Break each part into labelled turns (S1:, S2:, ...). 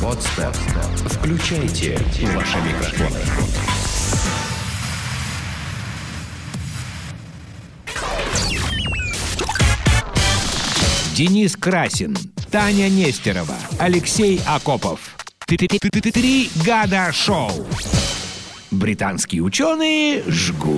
S1: Подстер. Включайте ваши микрофоны.
S2: Денис Красин, Таня Нестерова, Алексей Акопов. Три года шоу. Британские ученые жгут.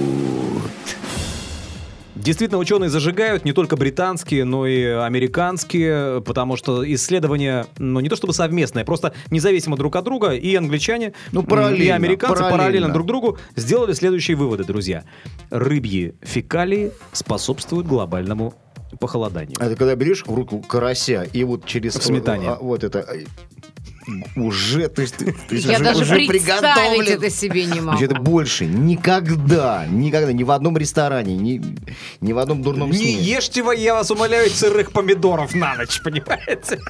S3: Действительно, ученые зажигают не только британские, но и американские, потому что исследования, ну не то чтобы совместные, просто независимо друг от друга и англичане,
S4: Ну,
S3: м, и
S4: параллельно,
S3: американцы параллельно.
S4: параллельно.
S3: друг другу сделали следующие выводы, друзья. Рыбьи фекалии способствуют глобальному похолоданию.
S4: Это когда берешь в руку карася и вот через...
S3: В сметане.
S4: а, вот это... э, Уже, то есть ты, ты
S5: Я
S4: уже-
S5: даже
S4: уже
S5: представить
S4: приготовлен.
S5: это себе не могу.
S4: Значит, больше никогда, никогда, ни в одном ресторане, ни, ни в одном дурном
S3: Ну, Не
S4: сне.
S3: ешьте вы, я вас умоляю, сырых помидоров на ночь, понимаете?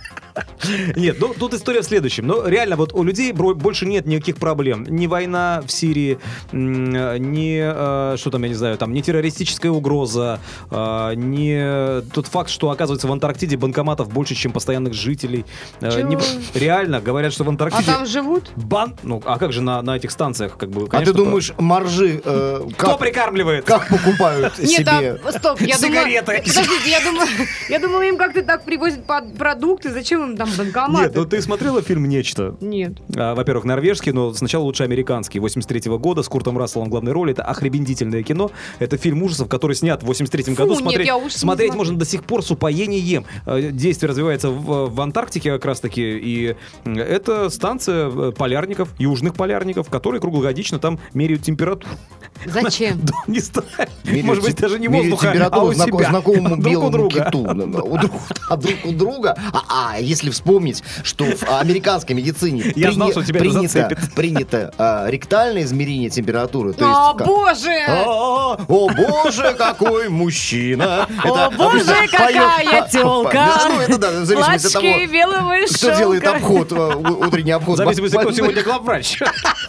S3: Нет, ну тут история в следующем. Но реально, вот у людей бро- больше нет никаких проблем. Ни война в Сирии, м, ни, э, что там, я не знаю, там, ни террористическая угроза, э, ни тот факт, что, оказывается, в Антарктиде банкоматов больше, чем постоянных жителей. Э, не-
S5: Чего?
S3: Реально, говорят, что в
S5: А
S3: Антарктиде...
S5: там живут?
S3: Бан... Ну, а как же на, на этих станциях, как бы,
S4: а
S3: конечно,
S4: ты думаешь, моржи э,
S3: по- кто
S4: как,
S3: прикармливает?
S4: как покупают
S5: Нет,
S4: себе?
S5: а, стоп, я думала...
S3: Сигареты.
S5: Подождите, я думала, я думала, им как-то так привозят под- продукты, зачем им там
S3: Нет, ну
S5: банкоматы?
S3: ты смотрела фильм «Нечто»?
S4: ну-
S5: Нет.
S3: А, Во-первых, норвежский, но сначала лучше американский. 83 года с Куртом Расселом в главной роли. Это охребендительное кино. Это фильм ужасов, который снят в 83
S5: Фу,
S3: году.
S5: нет,
S3: Смотреть,
S5: я ужасы не
S3: смотреть
S5: смотрю.
S3: можно до сих пор с упоением. Э, Действие развивается в, в Антарктике как раз-таки. И м, это станция э, полярников, южных полярников, которые круглогодично там меряют температуру.
S5: Зачем?
S3: Да, Не знаю.
S4: Меряют
S3: Может быть,
S4: те-
S3: даже не
S4: меряют
S3: воздуха, а
S4: температуру
S3: у
S4: знако-
S3: себя.
S4: знакомому
S3: Друг у
S4: белому
S3: друга.
S4: киту. Да, да, у друг- А друг у друга? А, а, если вспомнить, что в американской медицине
S3: Я знал,
S4: приня-
S3: что тебя это
S4: принято,
S3: зацепит.
S4: принято а, ректальное измерение температуры. То
S5: О,
S4: есть, как-
S5: боже!
S4: О, о, боже, какой мужчина!
S5: О, боже,
S4: обычно
S5: какая
S4: поет-
S5: тёлка!
S4: Да, Ну, это да, в зависимости от
S5: Плачки
S4: того,
S5: белого
S4: кто делает обход, э, у- утренний
S3: В
S4: обход.
S3: зависимости,
S4: Бо-
S3: кто
S4: бо-
S3: сегодня главврач.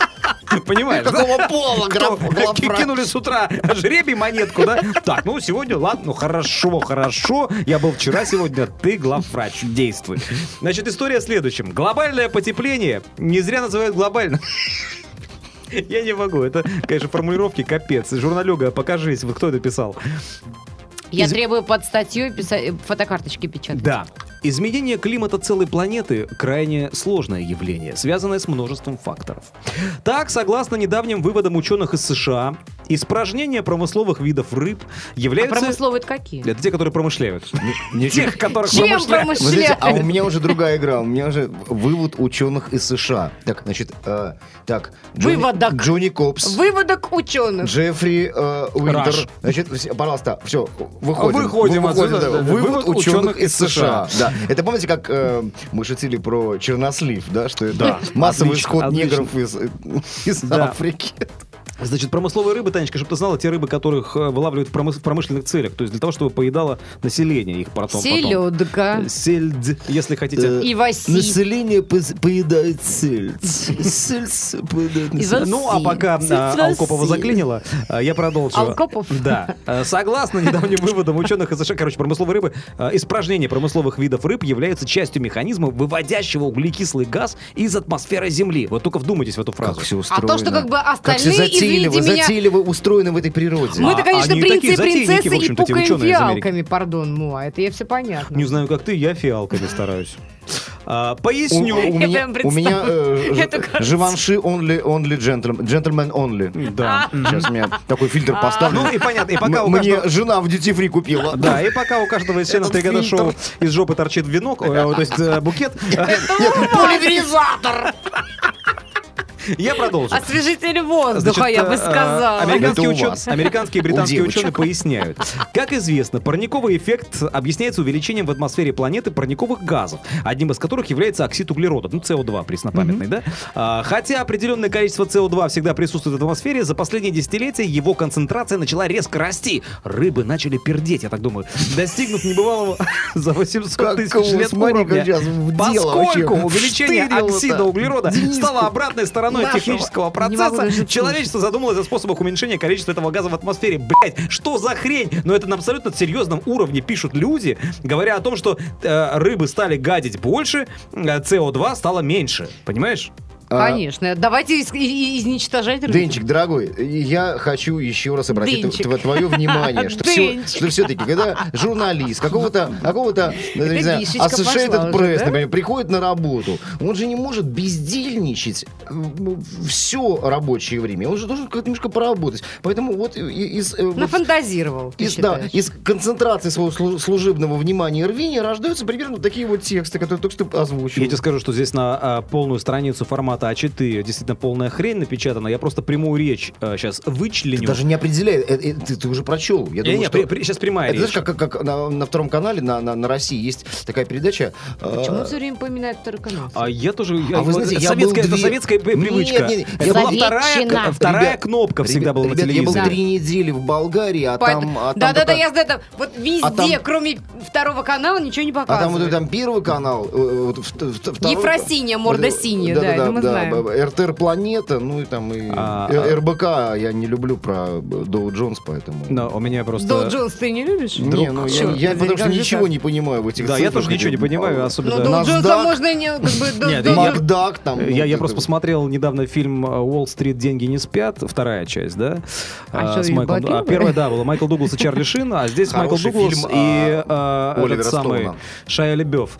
S3: Понимаешь? да?
S4: Какого пола,
S3: Кто?
S4: граф- граф-
S3: Ки- Кинули с утра жребий монетку, да? Так, ну сегодня, ладно, ну хорошо, хорошо. Я был вчера, сегодня ты главврач, действуй. Значит, история в следующем. Глобальное потепление не зря называют глобальным. Я не могу, это, конечно, формулировки капец. Журналюга, покажись, вот кто это писал?
S5: Я
S3: Из-
S5: требую под статью писа- э, фотокарточки печатать.
S3: Да. Изменение климата целой планеты – крайне сложное явление, связанное с множеством факторов. Так, согласно недавним выводам ученых из США, испражнения промысловых видов рыб
S5: А
S3: являются...
S5: промысловые это какие?
S3: Это те, которые промышляют.
S4: не-
S3: Тех, которых
S5: Чем
S3: промышляют.
S5: промышляют?
S4: Вы знаете, а у меня уже другая игра. У меня уже вывод ученых из США. Так, значит, э, так. Джонни-
S5: Выводок.
S4: Джонни Копс.
S5: Выводок ученых.
S4: Джеффри э, Уинтер.
S3: Раш.
S4: Значит, вс- пожалуйста, все, выходим.
S3: Выходим
S4: Вы-
S3: отсюда, да, да, да.
S4: Вывод ученых из США.
S3: США.
S4: Да. Это помните, как э, мы шутили про чернослив, да, что это массовый
S3: Отлично,
S4: исход
S3: отлично.
S4: негров из, э, из
S3: Да.
S4: Африки.
S3: Значит, промысловые рыбы, Танечка, чтобы ты знала, те рыбы, которых э, вылавливают в промыс- в промышленных целях, то есть для того, чтобы поедало население их потом. потом.
S5: Селедка.
S3: Сельдь, если хотите.
S4: Э,
S5: И Василь.
S4: Население пос- поедает сельдь. Сельдь поедает
S5: Из-
S4: население.
S3: Ну, а пока
S5: Сельдь
S3: а,
S5: России.
S3: Алкопова заклинила, а, я продолжу.
S5: Алкопов?
S3: Да. Э, Согласно недавним выводам ученых из США, короче, промысловые рыбы, э, испражнения промысловых видов рыб являются частью механизма, выводящего углекислый газ из атмосферы Земли. Вот только вдумайтесь в эту фразу.
S4: Как все
S5: А
S4: устроено.
S5: то, что как бы
S4: Как все
S5: остальные,
S4: затейливо,
S5: извините меня,
S4: затейливо устроено в этой природе.
S5: мы-то,
S3: А,
S5: конечно,
S3: они и
S5: принцы
S3: такие
S5: и
S3: затейники, в
S5: принцессы и
S3: общем-то, эти
S5: пукаем
S3: ученые из Америки.
S5: фиалками, пардон, Муа, это я все понятно.
S3: Не знаю, как ты, я фиалками стараюсь. А,
S4: У, у
S3: поясню.
S4: меня,
S5: прям
S4: у меня э, ж-
S5: Эту картину.
S4: Живанши only, only gentleman, gentleman only.
S3: Да.
S4: Сейчас у меня такой фильтр поставлю.
S3: Ну и понятно, и пока у
S4: М- Мне
S3: каждого...
S4: жена в duty free купила.
S3: Да, и пока у каждого из членов
S4: Этот
S3: бригады
S4: фильтр.
S3: шоу из жопы торчит венок, э, то есть э, букет, э,
S4: Нет,
S3: я продолжу.
S4: А
S5: Освежитель воздуха,
S3: Значит,
S5: я бы
S3: э,
S5: сказала.
S3: Американские,
S4: Это у
S3: учё-
S4: вас.
S3: американские и британские
S4: У девочек.
S3: ученые поясняют. Как известно, парниковый эффект объясняется увеличением в атмосфере планеты парниковых газов, одним из которых является оксид углерода, ну, СО2, преснопамятный, да? А, хотя определенное количество СО2 всегда присутствует в атмосфере, за последние десятилетия его концентрация начала резко расти. Рыбы начали пердеть, я так думаю, достигнув небывалого за 800
S4: Как
S3: тысяч
S4: его,
S3: лет
S4: смотри, как
S3: уровня.
S4: сейчас в дело вообще
S3: Поскольку увеличение
S4: вштырило-то.
S3: оксида углерода
S4: Дениску.
S3: стало обратной стороной минуя
S5: нашего.
S3: технического
S5: Не могу даже
S3: процесса, человечество задумалось о способах уменьшения количества этого газа в атмосфере. Блять, что за хрень? Но это на абсолютно серьезном уровне пишут люди, говоря о том, что э, рыбы стали гадить больше, СО2 стало меньше. Понимаешь?
S4: А,
S5: Конечно. Давайте из- и- и- изничтожать рыбу.
S4: Денчик, дорогой, я хочу еще раз обратить
S5: Денчик.
S4: тв- твое внимание, что,
S5: Денчик.
S4: все-таки, когда журналист какого-то, какого-то, ну,
S5: Это
S4: не знаю,
S5: фишечка пошла
S4: Associated
S5: уже,
S4: Press,
S5: да?
S4: например, приходит на работу, он же не может бездельничать все рабочее время, он же должен как-то немножко поработать. Поэтому вот и- и- из... э, вот
S5: Нафантазировал. ты
S4: из, да,
S5: считаешь.
S4: из концентрации своего слу- служебного внимания и рвения рождаются примерно такие вот тексты, которые только что озвучил.
S3: Я тебе скажу, что здесь на а, полную страницу формата А4 действительно полная хрень напечатана. Я просто прямую речь сейчас
S4: Ты
S3: вычленю.
S4: даже не определяю, э, э, ты, ты уже прочел. Я думаю, что...
S3: сейчас прямая
S4: Это
S3: речь.
S4: знаешь, как, как- как на, на втором канале на, на, на России есть такая передача. э,
S5: Почему все время поминают второй канал?
S3: А я тоже...
S4: А
S3: я-
S4: вы знаете,
S3: это
S4: я был
S3: советская, это
S4: две-
S3: советская п-
S4: Нет,
S3: привычка.
S4: нет, нет,
S3: Это
S4: я
S3: была
S4: был-
S3: вторая,
S5: Советчина.
S3: к- вторая
S4: Ребят,
S3: кнопка всегда
S4: ребят,
S3: была на
S4: ребят, я был
S3: телевизоре.
S4: три недели в Болгарии, а там... а там
S5: да, да, да,
S4: такая-
S5: я знаю, там вот везде,
S4: там-
S5: кроме второго канала, ничего не
S4: А там,
S5: показывают.
S4: вот, там первый канал, э, вот, в- в- в- второй-
S5: Ефросинья, морда
S4: Вот, э,
S5: синяя, да, это мы знаем.
S4: б- РТР Планета, ну и там и
S3: А,
S4: Э,
S3: а.
S4: РБК, я не люблю про Доу Джонс, поэтому...
S3: Но у меня просто...
S5: Доу Джонс ты не любишь?
S4: Не, ну, я,
S5: Чёрт,
S4: я потому что
S5: как же
S4: ничего
S5: так?
S4: не понимаю в этих
S3: Да, я
S4: цифрах,
S3: тоже ничего не
S4: где-
S3: понимаю,
S5: Ну,
S3: особенно...
S5: Доу Джонса
S4: NASDAQ.
S5: можно не... Как бы, Доу-
S3: Нет,
S5: Доу-
S3: я-
S5: Доу-
S4: Макдак там...
S3: Э, Я,
S4: вот
S3: я
S4: это
S3: просто
S4: вот.
S3: посмотрел недавно фильм э, «Уолл-стрит. Деньги не спят», вторая часть, да?
S5: А что,
S3: с
S5: и
S3: Майклом-
S5: была первая?
S3: первая, да, была Майкл Дуглас и Чарли Шин, а здесь
S4: Хороший
S3: Майкл Дуглас
S4: фильм,
S3: и
S4: а,
S3: э,
S4: Оливера
S3: этот самый
S4: Стоуна.
S3: Шая Лебев.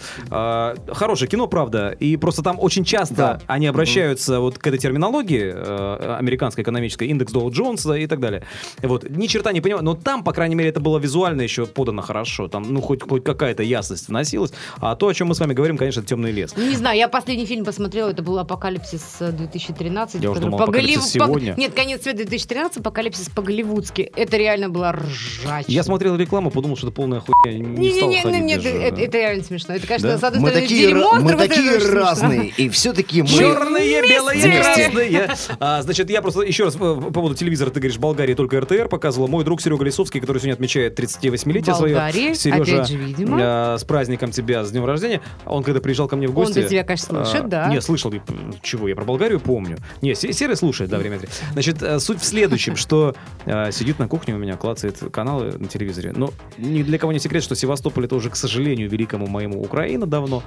S3: хорошее кино, правда, и просто там очень часто
S4: Да.
S3: они обращаются вот к этой терминологии э, американской экономической, индекс Доу Джонса и так далее. Вот, ни черта не понимаю, но там, по крайней мере, это было визуально еще подано хорошо, там, ну, хоть, хоть какая-то ясность вносилась, а то, о чем мы с вами говорим, конечно, темный лес.
S5: Ну, не знаю, я последний фильм посмотрела, это был «Апокалипсис» э, 2013.
S3: Я уж
S5: который
S3: думал,
S5: по
S3: «Апокалипсис»
S5: голлив- по-
S3: сегодня.
S5: Нет, «Конец света» 2013, «Апокалипсис» по-голливудски. Это реально была ржачка.
S3: Я смотрел рекламу, подходил, подумал, что это полная хуйня. Не стал
S5: Не-не-не,
S3: ходить
S5: не,
S3: даже.
S5: это, это реально смешно. Это, конечно,
S4: Да?
S5: с одной
S4: мы
S5: стороны
S4: такие,
S5: дерьмо,
S4: ра-
S5: с
S4: мы
S5: другой стороны,
S4: такие
S5: смешно.
S4: разные, и все-таки мы...
S3: Черные, белые,
S4: Вместе.
S3: красные. А, значит, я просто еще раз э, по поводу телевизора, ты говоришь, Болгария только РТР показывала. Мой друг Серега Лисовский, который сегодня отмечает 38-летие
S5: Болгарии,
S3: свое. Сережа,
S5: опять же, видимо.
S3: э, с праздником тебя, с днем рождения. Он когда приезжал ко мне в
S5: Он-то
S3: гости...
S5: тебя, конечно, слышит,
S3: э,
S5: да.
S3: Не, слышал. и, м, Чего, я про Болгарию помню. Не, Се- Серый слушает, да, время от времени. Значит, э, суть в следующем, что э, сидит на кухне у меня, клацает каналы на телевизоре. Но ни для кого не секрет, что Севастополь это уже, к сожалению, великому моему Украина давно.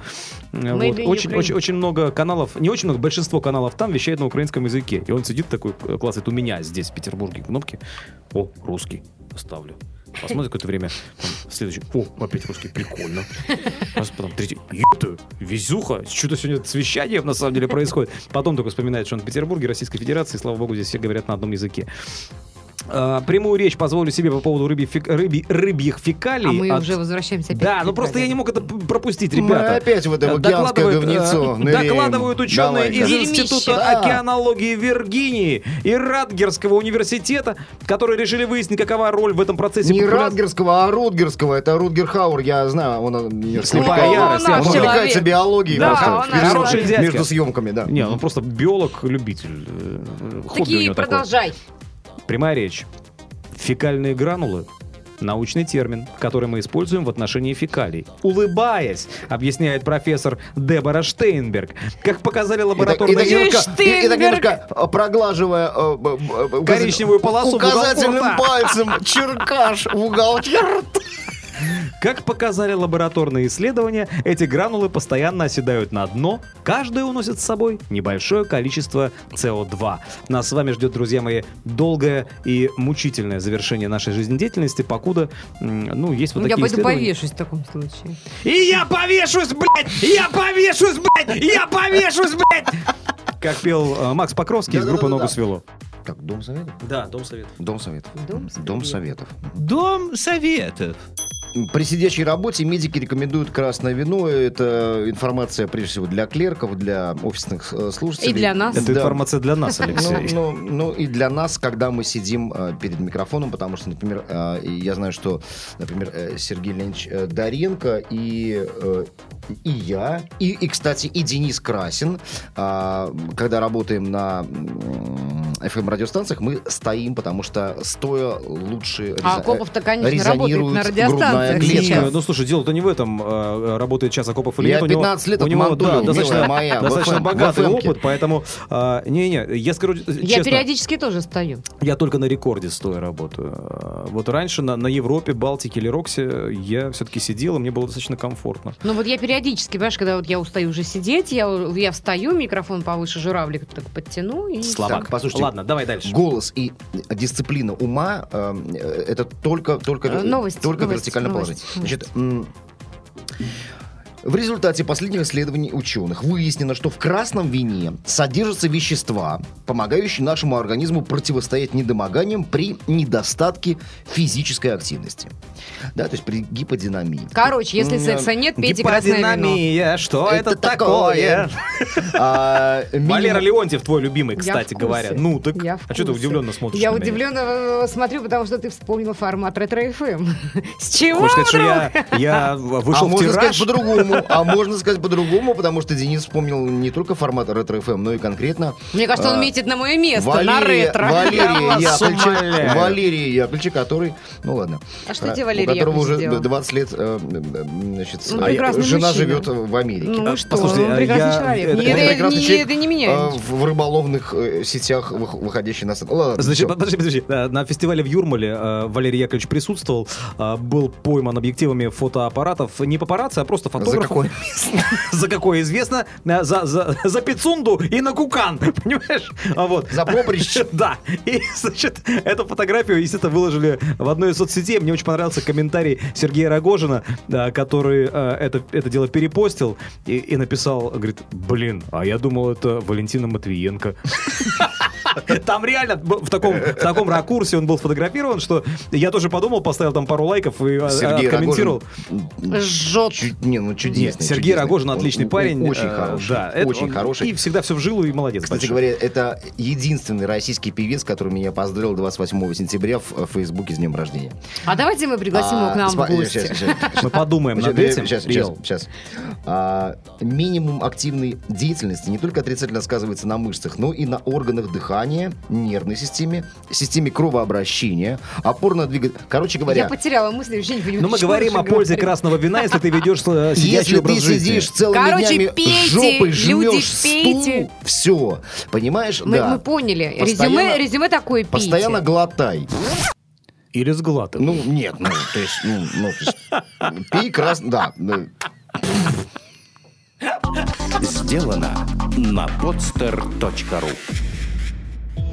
S3: Э,
S5: Made
S3: вот.
S5: in
S3: Очень,
S5: Ukraine.
S3: очень, очень много каналов, не очень много, большинство каналов там вещает на украинском языке. И он сидит такой, э, клацает у меня здесь, в Петербурге, кнопки. О, русский, ставлю. Посмотрит какое-то время. там, Следующий. О, опять русский, прикольно. Раз, потом третий. Ёпта, везуха. Что-то сегодня с вещанием на самом деле происходит. Потом только вспоминает, что он в Петербурге, Российской Федерации. Слава богу, здесь все говорят на одном языке. А, прямую речь позволю себе по поводу рыбьих, фек- рыби- рыбьих фекалий.
S5: А мы
S3: от-
S5: уже возвращаемся опять.
S3: Да,
S5: к
S3: ну просто я не мог это п- пропустить, ребята.
S4: Мы опять в это
S3: Э,
S4: океанское
S3: докладывают, э,
S4: говнецо ныряем.
S3: Докладывают ученые
S4: Давай-ка.
S3: из
S5: Дерьмище.
S3: Института
S4: Да.
S3: океанологии Виргинии и Радгерского университета, которые решили выяснить, какова роль в этом процессе.
S4: Не
S3: популя-
S4: Радгерского, а Рудгерского. Это Рудгер Хауэр, я знаю, он, он,
S3: Слепая
S4: увлекается-
S3: ярость, я
S4: он
S3: понял.
S4: увлекается
S5: Человек.
S4: биологией.
S5: Да,
S4: просто.
S5: он
S4: Вперед-
S5: наш
S4: между
S3: человек.
S4: Между съемками, да.
S3: Не, он просто биолог-любитель. э, Хобби у
S5: Такие
S3: него такое.
S5: продолжай.
S3: Прямая речь. Фекальные гранулы – научный термин, который мы используем в отношении фекалий. Улыбаясь, объясняет профессор Дебора Штейнберг. Как показали
S4: И так- и
S3: лабораторные...
S4: так немножко-
S5: Чуешь,
S4: и- и так
S5: Штейнберг?
S4: немножко э, проглаживая э, б- б- б-
S3: Коричневую полосу в уголку
S4: указательным
S3: рта.
S4: пальцем черкаш в уголке рта.
S3: Как показали лабораторные исследования, эти гранулы постоянно оседают на дно, каждая уносит с собой небольшое количество СО2. Нас а с вами ждет, друзья мои, долгое и мучительное завершение нашей жизнедеятельности, покуда, м, ну, есть вот
S5: я
S3: такие
S5: пойду
S3: исследования.
S5: повешусь в таком случае.
S3: И я повешусь, блядь! Я повешусь, блядь! Я повешусь, блядь! Как пел э, Макс Покровский из группы
S4: Да-да-да-да.
S3: «Ногу свело».
S4: Так, Дом Советов?
S3: Да, Дом Совет.
S4: Дом Советов.
S5: Дом
S4: Дом Советов.
S5: Советов.
S2: Дом советов.
S4: При сидячей работе медики рекомендуют красное вино. Это информация, прежде всего, для клерков, для офисных э, служителей.
S5: И для нас.
S3: Это
S4: Да.
S3: информация для нас,
S4: Ну,
S3: Алексей.
S4: ну, ну, и для нас, когда мы сидим э, перед микрофоном, потому что, например, э, и я знаю, что, например, э, Сергей Леонидович э, Доренко и, э, и я, и, э, и, кстати, и Денис Красин, а, когда работаем на м, FM-радиостанциях мы стоим, потому что стоя лучше...
S5: А
S4: резо-
S5: Акопов-то, конечно,
S4: резонирует
S5: работает
S4: грудная
S5: на радиостанциях
S4: клетка.
S3: Не,
S5: сейчас.
S3: ну слушай, дело-то не в этом, э, работает час Акопов или
S4: Я
S3: нет. у него-
S4: 15 лет
S3: у него, да,
S4: отмандулил, милая
S3: достаточно,
S4: моя, в
S3: достаточно
S4: FM, в
S3: богатый
S4: FM-ке.
S3: опыт, поэтому... э, Не-не, я скажу Ну, честно,
S5: Я периодически тоже стою.
S3: я только на рекорде стоя работаю. Э, Вот раньше на, на Европе, Балтике или Роксе я все-таки сидел, и мне было достаточно комфортно.
S5: Ну вот я периодически, понимаешь, когда вот я устаю уже сидеть, я, я встаю, микрофон повыше журавлик так подтяну и...
S4: Так, послушайте.
S3: Ладно, давай дальше.
S4: Голос и дисциплина ума э, это только, только,
S5: Э, новости,
S4: только
S5: новости,
S4: вертикально
S5: новости,
S4: положить. Значит, м, в результате последних исследований ученых выяснено, что в красном вине содержатся вещества, помогающие нашему организму противостоять недомоганиям при недостатке физической активности. Да, то есть при гиподинамии.
S5: Короче, если
S4: М,
S5: секса нет, пейте красное вино.
S3: Гиподинамия, что это,
S4: Это
S3: такое?
S4: такое? А, минимум-
S3: Валера Леонтьев твой любимый,
S5: Я
S3: кстати
S5: в курсе.
S3: говоря. Ну так,
S5: Я в
S3: а что ты
S5: курсе.
S3: удивленно смотришь
S5: Я
S3: на меня?
S5: удивленно э, смотрю, потому что ты вспомнила формат ретро-ФМ. С чего
S3: Хочешь сказать, что я,
S5: вдруг?
S3: я вышел
S4: а
S3: в
S4: можно
S3: тираж?
S4: сказать по-другому, а можно сказать по-другому, потому что Денис вспомнил не только формат ретро-ФМ, но и конкретно
S5: Мне кажется, он
S4: А,
S5: метит на мое место, на
S4: Валерия,
S5: ретро.
S4: Валерия
S3: вас
S4: Яковлевича,
S3: умоляю.
S4: Валерия Яковлевича, который, ну ладно.
S5: А что
S4: э,
S5: тебе
S4: У
S5: Валерия
S4: которого уже
S5: сделала?
S4: 20 лет э, м, значит,
S5: Ну,
S4: а,
S5: прекрасный
S4: жена
S5: мужчина.
S4: живет в Америке.
S5: Ну
S3: А,
S5: что,
S3: послушайте,
S5: он
S3: а
S5: прекрасный
S3: я-
S5: человек.
S3: это-
S5: Не,
S4: он
S5: это-
S4: прекрасный
S5: не-
S4: человек,
S5: это не
S4: э,
S5: меняет.
S4: в, в рыболовных э, сетях, вых- выходящий на сцену. Ладно,
S3: Значит,
S4: всё.
S3: подожди, подожди. Э, На фестивале в Юрмале э, Валерий Яковлевич присутствовал, э, был пойман объективами фотоаппаратов. Не папарацци, а просто фотограф.
S4: какое
S3: За какое известно? Э, За, за, за пицунду и на кукан, понимаешь? А вот.
S4: За поприще.
S3: Да. И, значит, эту фотографию, естественно, выложили в одной из соцсетей. Мне очень понравился комментарий Сергея Рогожина, да, который э, это, это дело перепостил и, и написал, говорит, блин, а я думал, это Валентина Матвиенко. Там реально б- в таком, в таком ракурсе он был сфотографирован, что я тоже подумал, поставил там пару лайков и а,
S4: Сергей
S3: комментировал.
S4: Рогожин.
S5: Жжет.
S4: Чуть, не, ну чудесный.
S3: Нет, Сергей
S4: чудесный.
S3: Рогожин
S4: Он-
S3: отличный
S4: он-
S3: парень.
S4: Очень
S3: э,
S4: хороший.
S3: Да, это
S4: очень
S3: он
S4: хороший.
S3: И всегда все в жилу и молодец.
S4: Кстати
S3: большой.
S4: говоря, это единственный российский певец, который меня поздравил 28 сентября в э, Фейсбуке с днем рождения.
S5: А давайте мы пригласим его к нам в гости.
S3: мы подумаем над этим.
S4: э, Сейчас,
S3: Риэл.
S4: сейчас, А, минимум активной деятельности не только отрицательно сказывается на мышцах, но и на органах дыхания, нервной системе, системе кровообращения, опорно-двигательной... Короче говоря,
S5: Я потеряла мысли, вообще не понимаю.
S3: Но Ну, мы
S5: что
S3: говорим
S5: же
S3: о пользе
S5: говорим.
S3: красного вина, если ты ведешь э, сидячий
S4: Если
S3: образ
S4: ты
S3: жизни.
S4: сидишь целыми
S5: Короче,
S4: днями
S5: пейте,
S4: жопой
S5: люди,
S4: жмешь стул,
S5: пейте.
S4: все, понимаешь,
S5: Мы,
S4: да,
S5: мы поняли.
S4: Постоянно-
S5: резюме, резюме такое пить.
S4: постоянно глотай.
S3: Или с глатом.
S4: Ну, нет, ну, то есть, ну, ну, то есть, пей красный, да. ну,
S1: Сделано на podster.ru